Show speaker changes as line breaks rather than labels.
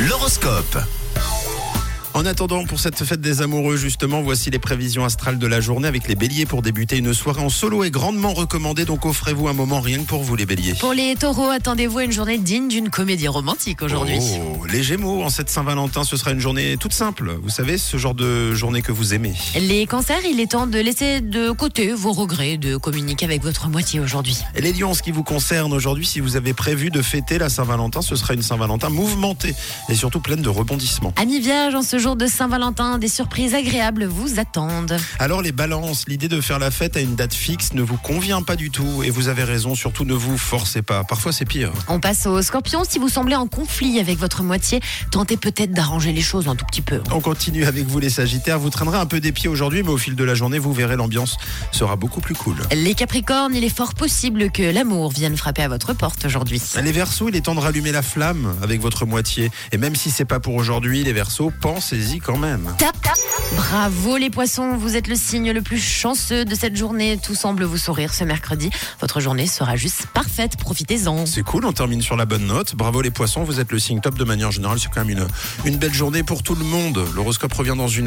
l'horoscope. En attendant, pour cette fête des amoureux, justement, voici les prévisions astrales de la journée avec les béliers pour débuter une soirée en solo est grandement recommandée, donc offrez-vous un moment rien que pour vous, les béliers.
Pour les taureaux, attendez-vous à une journée digne d'une comédie romantique aujourd'hui.
Oh, les gémeaux, en cette Saint-Valentin, ce sera une journée toute simple. Vous savez, ce genre de journée que vous aimez.
Les cancers, il est temps de laisser de côté vos regrets, de communiquer avec votre moitié aujourd'hui.
Et les lions, en ce qui vous concerne aujourd'hui, si vous avez prévu de fêter la Saint-Valentin, ce sera une Saint-Valentin mouvementée et surtout pleine de rebondissements.
Amis vierges, en ce jour de Saint-Valentin, des surprises agréables vous attendent.
Alors les balances, l'idée de faire la fête à une date fixe ne vous convient pas du tout et vous avez raison, surtout ne vous forcez pas, parfois c'est pire.
On passe aux scorpions. Si vous semblez en conflit avec votre moitié, tentez peut-être d'arranger les choses un tout petit peu.
On continue avec vous les Sagittaires, vous traînerez un peu des pieds aujourd'hui mais au fil de la journée vous verrez l'ambiance sera beaucoup plus cool.
Les capricornes, il est fort possible que l'amour vienne frapper à votre porte aujourd'hui.
Les Verseaux, il est temps de rallumer la flamme avec votre moitié et même si c'est pas pour aujourd'hui les Verseaux, pensez-y quand même.
Tap, tap. Bravo les poissons, vous êtes le signe le plus chanceux de cette journée. Tout semble vous sourire ce mercredi. Votre journée sera juste parfaite, profitez-en.
C'est cool, on termine sur la bonne note. Bravo les poissons, vous êtes le signe top de manière générale. C'est quand même une, une belle journée pour tout le monde. L'horoscope revient dans une